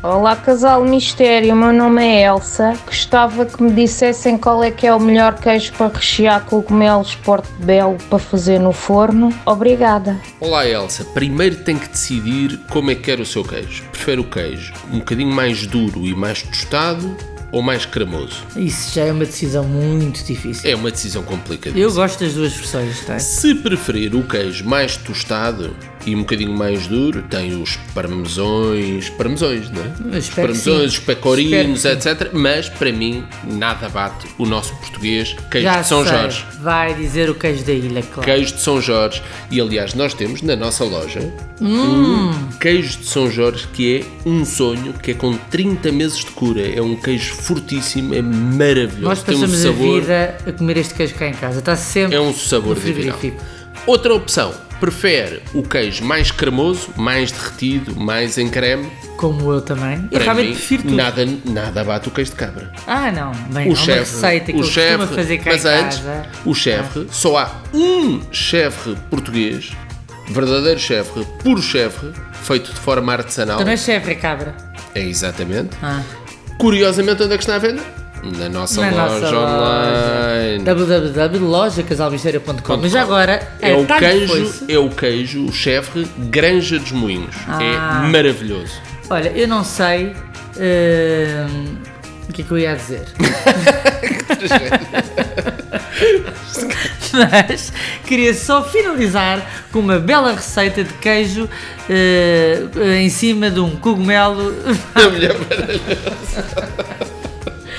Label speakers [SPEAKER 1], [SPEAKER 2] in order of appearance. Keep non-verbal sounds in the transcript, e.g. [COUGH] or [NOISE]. [SPEAKER 1] Olá, casal mistério. O meu nome é Elsa. Gostava que me dissessem qual é que é o melhor queijo para rechear cogumelos portobello para fazer no forno. Obrigada.
[SPEAKER 2] Olá Elsa, primeiro tem que decidir como é que quer o seu queijo. Prefere o queijo um bocadinho mais duro e mais tostado ou mais cremoso?
[SPEAKER 3] Isso já é uma decisão muito difícil.
[SPEAKER 2] É uma decisão complicada.
[SPEAKER 3] Eu gosto das duas versões, tá?
[SPEAKER 2] Se preferir o queijo mais tostado e um bocadinho mais duro, tem os parmesões, parmesões, não é?
[SPEAKER 3] Eu
[SPEAKER 2] Os
[SPEAKER 3] espero que
[SPEAKER 2] parmesões,
[SPEAKER 3] sim.
[SPEAKER 2] os pecorinhos,
[SPEAKER 3] Espero
[SPEAKER 2] etc. Mas para mim nada bate o nosso português queijo
[SPEAKER 3] Já
[SPEAKER 2] de São
[SPEAKER 3] sei.
[SPEAKER 2] Jorge.
[SPEAKER 3] Vai dizer o queijo da ilha, claro.
[SPEAKER 2] Queijo de São Jorge. E aliás, nós temos na nossa loja
[SPEAKER 3] Hum.
[SPEAKER 2] um queijo de São Jorge que é um sonho, que é com 30 meses de cura. É um queijo fortíssimo, é maravilhoso.
[SPEAKER 3] Nós
[SPEAKER 2] Tem um
[SPEAKER 3] passamos a
[SPEAKER 2] sabor.
[SPEAKER 3] vida a comer este queijo cá em casa. Está sempre
[SPEAKER 2] É um sabor
[SPEAKER 3] no
[SPEAKER 2] divino.
[SPEAKER 3] frigorífico.
[SPEAKER 2] Outra opção, prefere o queijo mais cremoso, mais derretido, mais em creme.
[SPEAKER 3] Como eu também. Eu
[SPEAKER 2] Para
[SPEAKER 3] realmente
[SPEAKER 2] mim,
[SPEAKER 3] prefiro tudo.
[SPEAKER 2] nada, nada bate o queijo de cabra.
[SPEAKER 3] Ah, não. Bem,
[SPEAKER 2] O
[SPEAKER 3] há uma
[SPEAKER 2] chefe,
[SPEAKER 3] receita que
[SPEAKER 2] o
[SPEAKER 3] eu
[SPEAKER 2] chefe,
[SPEAKER 3] costumo fazer cá
[SPEAKER 2] mas
[SPEAKER 3] em
[SPEAKER 2] antes,
[SPEAKER 3] casa.
[SPEAKER 2] o chefe, só há um chefe português, verdadeiro chefe, puro chefe, feito de forma artesanal.
[SPEAKER 3] Também chefe é cabra.
[SPEAKER 2] É exatamente.
[SPEAKER 3] Ah.
[SPEAKER 2] Curiosamente, onde é que está a venda? Na nossa
[SPEAKER 3] Na
[SPEAKER 2] loja
[SPEAKER 3] nossa
[SPEAKER 2] online.
[SPEAKER 3] www.lojacasalmistério.com Mas já agora
[SPEAKER 2] É, o
[SPEAKER 3] tarde
[SPEAKER 2] queijo,
[SPEAKER 3] foi-se.
[SPEAKER 2] é o queijo, o chefe Granja dos Moinhos.
[SPEAKER 3] Ah.
[SPEAKER 2] É maravilhoso.
[SPEAKER 3] Olha, eu não sei hum, o que é que eu ia dizer. Mas queria só finalizar com uma bela receita de queijo eh, em cima de um cogumelo. [LAUGHS]